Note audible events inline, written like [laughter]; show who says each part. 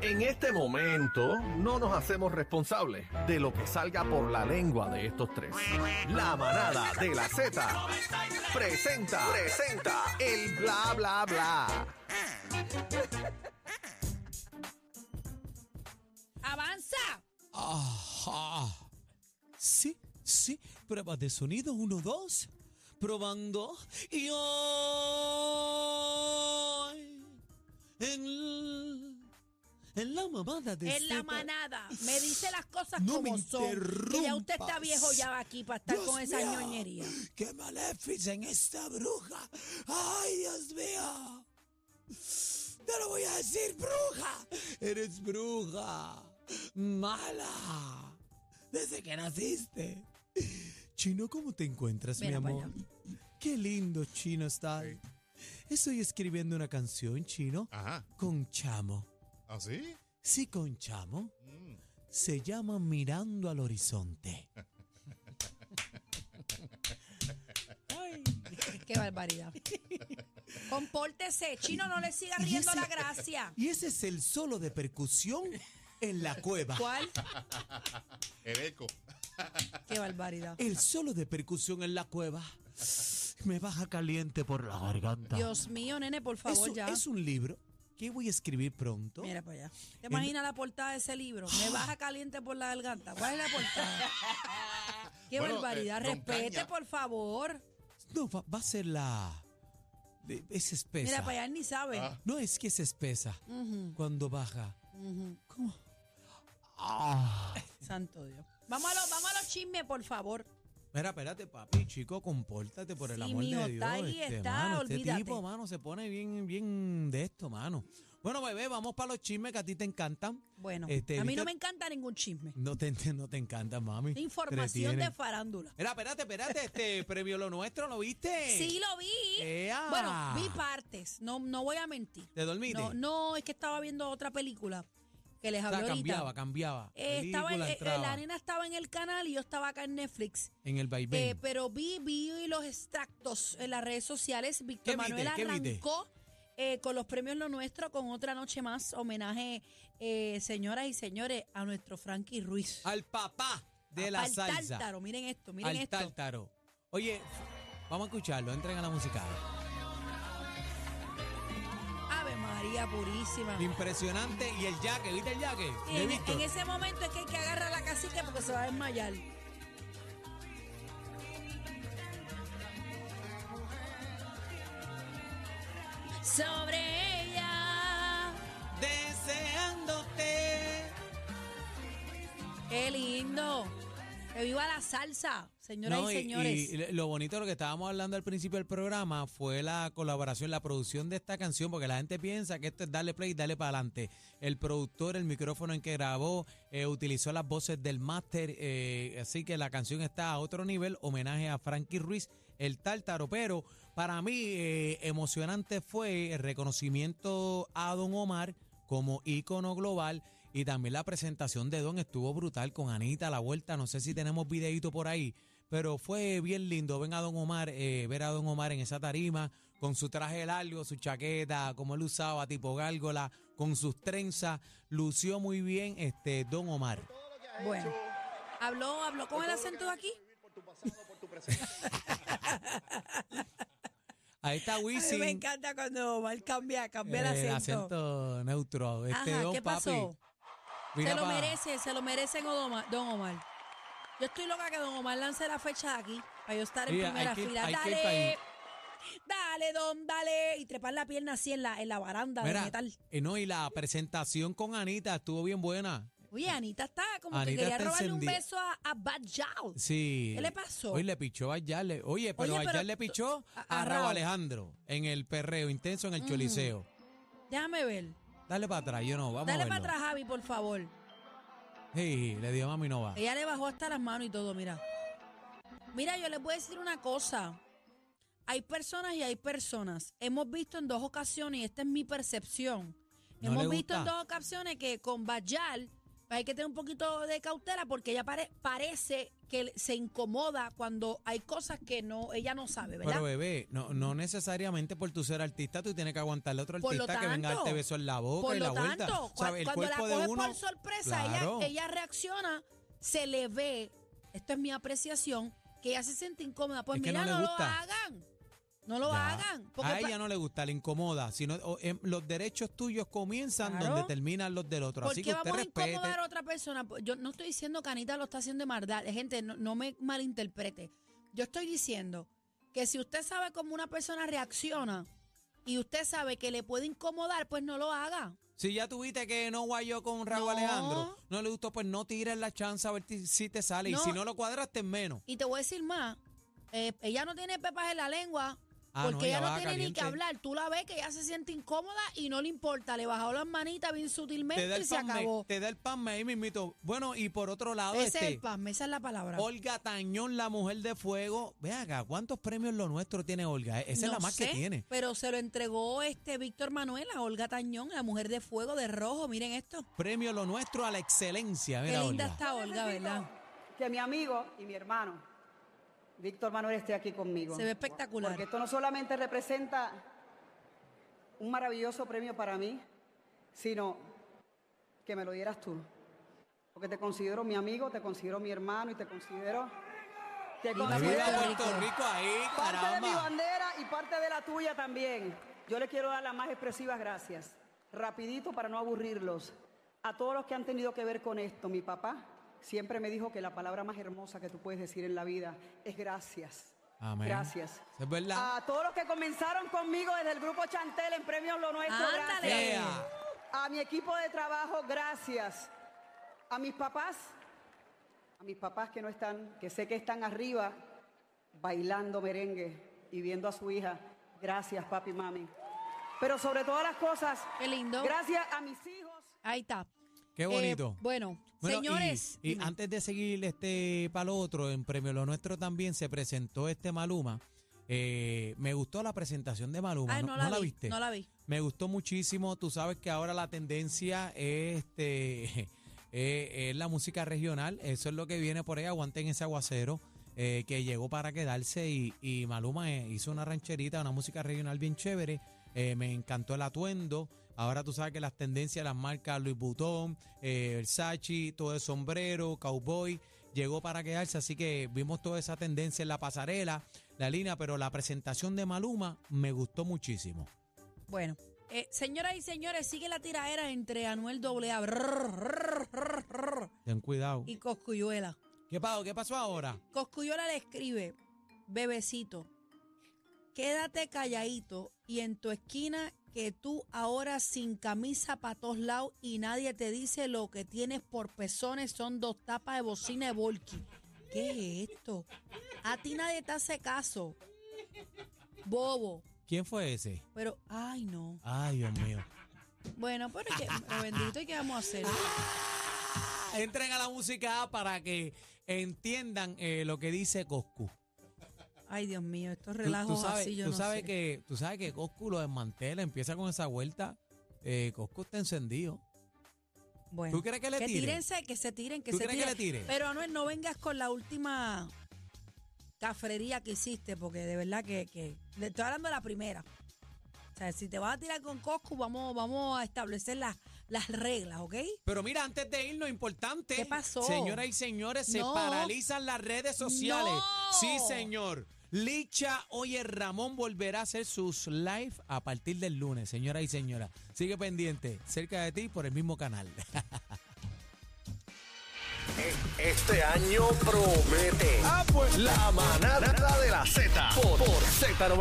Speaker 1: En este momento no nos hacemos responsables de lo que salga por la lengua de estos tres. La manada de la Z presenta, presenta el bla bla bla.
Speaker 2: ¡Avanza!
Speaker 3: Ajá. Sí, sí. Prueba de sonido. Uno, dos. Probando. Y hoy. En, en la mamada de
Speaker 2: En la
Speaker 3: Zeta.
Speaker 2: manada. Me dice las cosas
Speaker 3: No
Speaker 2: como
Speaker 3: me
Speaker 2: son. Que ya usted está
Speaker 3: interrumpas.
Speaker 2: viejo ya va aquí para estar
Speaker 3: Dios
Speaker 2: con esa
Speaker 3: mío,
Speaker 2: ñoñería.
Speaker 3: ¡Qué maléfica en esta bruja! ¡Ay, Dios mío! ¡Te lo voy a decir, bruja! ¡Eres bruja! ¡Mala! Desde que naciste. Chino, ¿cómo te encuentras,
Speaker 2: Mira
Speaker 3: mi
Speaker 2: para
Speaker 3: amor? ¡Qué lindo, Chino, estás! Estoy escribiendo una canción, Chino,
Speaker 4: Ajá.
Speaker 3: con Chamo.
Speaker 4: ¿Ah, sí?
Speaker 3: Sí, con Chamo.
Speaker 4: Mm.
Speaker 3: Se llama Mirando al Horizonte.
Speaker 2: Ay, [laughs] qué barbaridad. Compórtese, chino, no le siga riendo la gracia.
Speaker 3: Y ese es el solo de percusión en la
Speaker 2: [laughs]
Speaker 3: cueva.
Speaker 2: ¿Cuál?
Speaker 4: El eco.
Speaker 2: Qué barbaridad.
Speaker 3: El solo de percusión en la cueva me baja caliente por la garganta.
Speaker 2: Dios mío, nene, por
Speaker 3: Eso
Speaker 2: favor, ya.
Speaker 3: es un libro que voy a escribir pronto.
Speaker 2: Mira para allá. ¿Te imaginas la portada de ese libro?
Speaker 3: Ah.
Speaker 2: Me baja caliente por la garganta. ¿Cuál es la
Speaker 3: [laughs]
Speaker 2: portada? Qué
Speaker 4: Bueno, eh,
Speaker 2: barbaridad.
Speaker 4: Don
Speaker 2: Respete,
Speaker 4: Caña.
Speaker 2: por favor.
Speaker 3: No, va, va a ser la... de- Es espesa.
Speaker 2: Mira para allá, él ni sabe.
Speaker 4: Ah.
Speaker 3: No es que es espesa.
Speaker 2: Ujú,
Speaker 3: Cuando baja.
Speaker 2: ujú.
Speaker 3: ¿Cómo? Ah.
Speaker 2: Santo Dios. Vamos a los, vamos a los chismes, por favor.
Speaker 3: Mira, espérate, papi, chico, compórtate por el
Speaker 2: Sí,
Speaker 3: amor
Speaker 2: mijo,
Speaker 3: de Dios.
Speaker 2: está ahí, está,
Speaker 3: mano, este
Speaker 2: olvídate.
Speaker 3: tipo, mano, se pone bien, bien de esto, mano. Bueno, bebé, vamos para los chismes que a ti te encantan.
Speaker 2: Bueno,
Speaker 3: Este,
Speaker 2: a mí
Speaker 3: Vita-
Speaker 2: no me encanta ningún chisme.
Speaker 3: No te, ent- no te encanta, mami. Te
Speaker 2: Información de
Speaker 3: retienen.
Speaker 2: farándula.
Speaker 3: Mira, espérate, espérate,
Speaker 2: [laughs]
Speaker 3: este premio lo nuestro, ¿lo viste?
Speaker 2: Sí, lo vi.
Speaker 3: Eh, ¡Ea!
Speaker 2: Bueno, vi partes. No, no voy a mentir.
Speaker 3: ¿Te dormiste?
Speaker 2: No, no, es que estaba viendo otra película que les
Speaker 3: O sea,
Speaker 2: hablé
Speaker 3: cambiaba,
Speaker 2: ahorita.
Speaker 3: cambiaba.
Speaker 2: Eh, estaba en-
Speaker 3: Película,
Speaker 2: eh, eh,
Speaker 3: entraba
Speaker 2: la nena estaba en el canal y yo estaba acá en Netflix.
Speaker 3: en el
Speaker 2: Eh,
Speaker 3: vaivén.
Speaker 2: pero vi, vi los extractos en las redes sociales. Víctor
Speaker 3: ¿Qué
Speaker 2: Manuel
Speaker 3: viste? ¿Qué viste?
Speaker 2: arrancó eh, con los premios Lo Nuestro, con otra noche más. Homenaje, eh, señoras y señores, a nuestro Frankie Ruiz.
Speaker 3: Al papá de
Speaker 2: Papá,
Speaker 3: la
Speaker 2: al
Speaker 3: salsa.
Speaker 2: tártaro, miren esto, miren
Speaker 3: al
Speaker 2: esto.
Speaker 3: tártaro. Oye, vamos a escucharlo, entren a la musical.
Speaker 2: Ave María Purísima.
Speaker 3: Impresionante. Y el yaque, ¿viste el yaque? ¿Le
Speaker 2: En, e-
Speaker 3: viste?
Speaker 2: en ese momento es que hay que agarrar la cacique porque se va a desmayar. Sobre ella,
Speaker 3: Deseándote.
Speaker 2: qué lindo. Que viva la salsa, señoras
Speaker 3: No,
Speaker 2: y
Speaker 3: y-
Speaker 2: señores.
Speaker 3: y le- lo bonito de lo que estábamos hablando al principio del programa fue la colaboración, la producción de esta canción, porque la gente piensa que esto es darle play y darle para adelante. El productor, el micrófono en que grabó, eh, utilizó las voces del máster, eh, así que la canción está a otro nivel, homenaje a Frankie Ruiz, el tártaro, pero para mí eh, emocionante fue el reconocimiento a Don Omar como ícono global y también la presentación de Don estuvo brutal con Anita a la vuelta, no sé si tenemos videíto por ahí, pero fue bien lindo ven a Don Omar, eh, ver a Don Omar en esa tarima, con su traje largo, su chaqueta, como él usaba, tipo gárgola, con sus trenzas, lució muy bien este Don Omar.
Speaker 2: bueno, habló, habló con el acento de aquí.
Speaker 3: Ahí está
Speaker 2: A mí me
Speaker 3: Wisin,
Speaker 2: encanta cuando Omar cambia, cambia el
Speaker 3: eh,
Speaker 2: acento.
Speaker 3: neutro, este
Speaker 2: Ajá,
Speaker 3: Don
Speaker 2: ¿qué
Speaker 3: Papi.
Speaker 2: pasó?
Speaker 3: mira
Speaker 2: se lo
Speaker 3: pa-
Speaker 2: merece, se lo merece Don Omar, Don Omar. Yo estoy loca que Don Omar lance la fecha de aquí para yo estar en
Speaker 3: Mira, hay
Speaker 2: primera
Speaker 3: que ir-
Speaker 2: fila.
Speaker 3: hay que ir pa' ahí.
Speaker 2: Dale, dale, Don, dale. Y trepar la pierna así en la, en la baranda de
Speaker 3: Mira,
Speaker 2: metal.
Speaker 3: eh, no, y la presentación con Anita estuvo bien buena.
Speaker 2: Oye, Anita está como
Speaker 3: Anita
Speaker 2: que quería
Speaker 3: está
Speaker 2: robarle
Speaker 3: encendida.
Speaker 2: un beso a, a Bad Yao.
Speaker 3: Sí.
Speaker 2: ¿Qué le pasó?
Speaker 3: Hoy le pichó a Yarle. Oye, pero
Speaker 2: Oye,
Speaker 3: a
Speaker 2: pero-
Speaker 3: Yar le pichó
Speaker 2: a-
Speaker 3: a,
Speaker 2: a
Speaker 3: Raúl
Speaker 2: Raúl.
Speaker 3: Alejandro en el perreo intenso en el
Speaker 2: Ujú.
Speaker 3: Choliseo.
Speaker 2: Déjame ver.
Speaker 3: Dale para atrás, yo no, vamos
Speaker 2: dale
Speaker 3: a
Speaker 2: para
Speaker 3: verlo.
Speaker 2: atrás, Javi, por favor.
Speaker 3: Sí, le dio a mami no va.
Speaker 2: Ella le bajó hasta las manos y todo, mira. Mira, yo les voy a decir una cosa. Hay personas y hay personas. Hemos visto en dos ocasiones, y esta es mi percepción.
Speaker 3: No
Speaker 2: hemos
Speaker 3: le
Speaker 2: visto en
Speaker 3: gusta.
Speaker 2: dos ocasiones que con Bayal hay que tener un poquito de cautela porque ella pare- parece que se incomoda cuando hay cosas que no ella no sabe, ¿verdad?
Speaker 3: Pero bebé, no, no necesariamente por tu ser artista tú tienes que aguantarle a otro
Speaker 2: Por lo
Speaker 3: artista que venga a darte
Speaker 2: tanto,
Speaker 3: besos en la boca
Speaker 2: Por
Speaker 3: y la
Speaker 2: lo
Speaker 3: vuelta.
Speaker 2: tanto,
Speaker 3: O
Speaker 2: cua-
Speaker 3: sea, el
Speaker 2: cuando la
Speaker 3: cuerpo de
Speaker 2: coge
Speaker 3: uno-
Speaker 2: por sorpresa, ella-
Speaker 3: Claro.
Speaker 2: ella, reacciona, se le ve, esto es mi apreciación, que ella se siente incómoda. Pues
Speaker 3: Es que
Speaker 2: mira,
Speaker 3: no
Speaker 2: no,
Speaker 3: le
Speaker 2: lo
Speaker 3: gusta.
Speaker 2: hagan. No lo
Speaker 3: Ya.
Speaker 2: hagan.
Speaker 3: A
Speaker 2: Porque pa-
Speaker 3: ella no le gusta, le incomoda. Sino, o, em, los derechos tuyos comienzan
Speaker 2: Claro.
Speaker 3: donde terminan los del otro.
Speaker 2: ¿Por
Speaker 3: Así
Speaker 2: qué
Speaker 3: que usted
Speaker 2: vamos a
Speaker 3: respete.
Speaker 2: incomodar a otra persona? Pues Yo no estoy diciendo que Anita lo está haciendo de maldad. Eh, Gente, no, no me malinterprete. Yo estoy diciendo que si usted sabe cómo una persona reacciona y usted sabe que le puede incomodar, pues no lo haga.
Speaker 3: Si ya tuviste que no guayó con Raúl
Speaker 2: No.
Speaker 3: Alejandro, no le gustó, pues no tires la chance a ver ti- si te sale.
Speaker 2: No.
Speaker 3: Y si no lo cuadraste, menos.
Speaker 2: Y te voy a decir más. eh, ella no tiene pepas en la lengua
Speaker 3: Ah,
Speaker 2: porque ella no
Speaker 3: va
Speaker 2: tiene ni
Speaker 3: caliente.
Speaker 2: que hablar. Tú la ves que ella se siente incómoda y no le importa. Le bajó las manitas bien
Speaker 3: Te da
Speaker 2: sutilmente y
Speaker 3: el
Speaker 2: se
Speaker 3: pan,
Speaker 2: acabó.
Speaker 3: te da el pan, ahí mismito. Bueno, y por otro lado,
Speaker 2: Ese
Speaker 3: este,
Speaker 2: es el pasme, esa es la palabra.
Speaker 3: Olga Tañón, la mujer de fuego. Ve acá, ¿cuántos premios lo nuestro tiene Olga? Esa es
Speaker 2: No
Speaker 3: la más
Speaker 2: sé,
Speaker 3: que tiene.
Speaker 2: Pero se lo entregó este Víctor Manuel a Olga Tañón, la mujer de fuego de rojo. Miren esto.
Speaker 3: Premio lo nuestro a la excelencia.
Speaker 2: Qué
Speaker 3: Ah, Mira,
Speaker 2: linda
Speaker 3: Olga.
Speaker 2: está Olga,
Speaker 5: Necesito
Speaker 2: ¿verdad?
Speaker 5: Que mi amigo y mi hermano, Víctor Manuel, esté aquí conmigo.
Speaker 2: Se ve espectacular.
Speaker 5: Porque esto no solamente representa un maravilloso premio para mí, sino que me lo dieras tú. Porque te considero mi amigo, te considero mi hermano y te considero... Te
Speaker 2: Viva
Speaker 3: La vida de
Speaker 5: considero
Speaker 2: Puerto
Speaker 3: Puerto Rico ahí,
Speaker 5: parte de mi
Speaker 3: caramba.
Speaker 5: bandera y parte de la tuya también. Yo les quiero dar las más expresivas gracias. Rapidito para no aburrirlos. A todos los que han tenido que ver con esto, mi papá siempre me dijo que la palabra más hermosa que tú puedes decir en la vida es gracias.
Speaker 3: Amén.
Speaker 5: Gracias.
Speaker 3: Es verdad.
Speaker 5: A todos los que comenzaron conmigo desde el grupo Chantel en Premios Lo Nuestro,
Speaker 2: Ándale.
Speaker 5: gracias.
Speaker 3: Ea.
Speaker 5: A mi equipo de trabajo, gracias. A mis papás, a mis papás que no están, que sé que están arriba bailando merengue y viendo a su hija. Gracias, papi, mami. Pero sobre todas las cosas,
Speaker 2: Qué lindo.
Speaker 5: gracias a mis hijos.
Speaker 2: Ahí está.
Speaker 3: Qué bonito.
Speaker 2: Eh, bueno,
Speaker 3: Bueno, y-
Speaker 2: señores.
Speaker 3: Y,
Speaker 2: dime.
Speaker 3: antes de seguir este para lo otro, en Premio Lo Nuestro también se presentó este Maluma. Eh, me gustó la presentación de Maluma.
Speaker 2: Ay,
Speaker 3: ¿no, no la
Speaker 2: vi,
Speaker 3: viste?
Speaker 2: Ah, No la vi.
Speaker 3: Me gustó muchísimo. Tú sabes que ahora la tendencia es, este, [laughs] eh, es la música regional. Eso es lo que viene por ahí. Aguanten ese aguacero eh, que llegó para quedarse. Y, y Maluma eh, hizo una rancherita, una música regional bien chévere. Eh, me encantó el atuendo. Ahora tú sabes que las tendencias, las marcas Louis Vuitton, eh, Versace, todo el sombrero, cowboy, llegó para quedarse. Así que vimos toda esa tendencia en la pasarela, la línea, pero la presentación de Maluma me gustó muchísimo.
Speaker 2: Bueno, eh, señoras y señores, sigue la tiraera entre Anuel AA
Speaker 3: Ten cuidado.
Speaker 2: y Coscuyuela.
Speaker 3: ¿Qué pasó? ¿Qué pasó ahora?
Speaker 2: Coscuyola le escribe, bebecito, quédate calladito y en tu esquina que tú ahora sin camisa para todos lados y nadie te dice lo que tienes por pezones son dos tapas de bocina de volky. ¿Qué es esto? A ti nadie te hace caso. Bobo.
Speaker 3: ¿Quién fue ese?
Speaker 2: Pero, ay no.
Speaker 3: Ay, Dios mío.
Speaker 2: Bueno, pero
Speaker 3: [laughs]
Speaker 2: que, bendito, ¿y qué vamos a hacer?
Speaker 3: Entren a la música para que entiendan eh, lo que dice Coscu.
Speaker 2: Ay, Dios mío, estos
Speaker 3: Tú-
Speaker 2: relajos
Speaker 3: tú, sabes,
Speaker 2: así yo
Speaker 3: tú
Speaker 2: no
Speaker 3: sabes
Speaker 2: sé.
Speaker 3: que Tú sabes que Coscu lo desmantela, empieza con esa vuelta. Eh, Coscu está encendido.
Speaker 2: Bueno.
Speaker 3: ¿Tú crees que le
Speaker 2: que
Speaker 3: tire?
Speaker 2: tírense, que se tiren, que
Speaker 3: ¿Tú
Speaker 2: se
Speaker 3: crees
Speaker 2: tiren.
Speaker 3: que le tire?
Speaker 2: Pero Anuel, no vengas con la última cafrería que hiciste, porque de verdad que, que- le estoy hablando de la primera. O sea, si te vas a tirar con Coscu, vamos, vamos a establecer las, las reglas, ¿ok?
Speaker 3: Pero mira, antes de irnos, importante.
Speaker 2: ¿Qué pasó?
Speaker 3: Señoras y señores, se
Speaker 2: No.
Speaker 3: paralizan las redes sociales.
Speaker 2: No.
Speaker 3: Sí, señor. Licha, oye, Ramón volverá a hacer sus live a partir del lunes, señoras y señores. Sigue pendiente, cerca de ti, por el mismo canal.
Speaker 1: Este año promete. Ah, pues. La manada de la Z por, por Z93.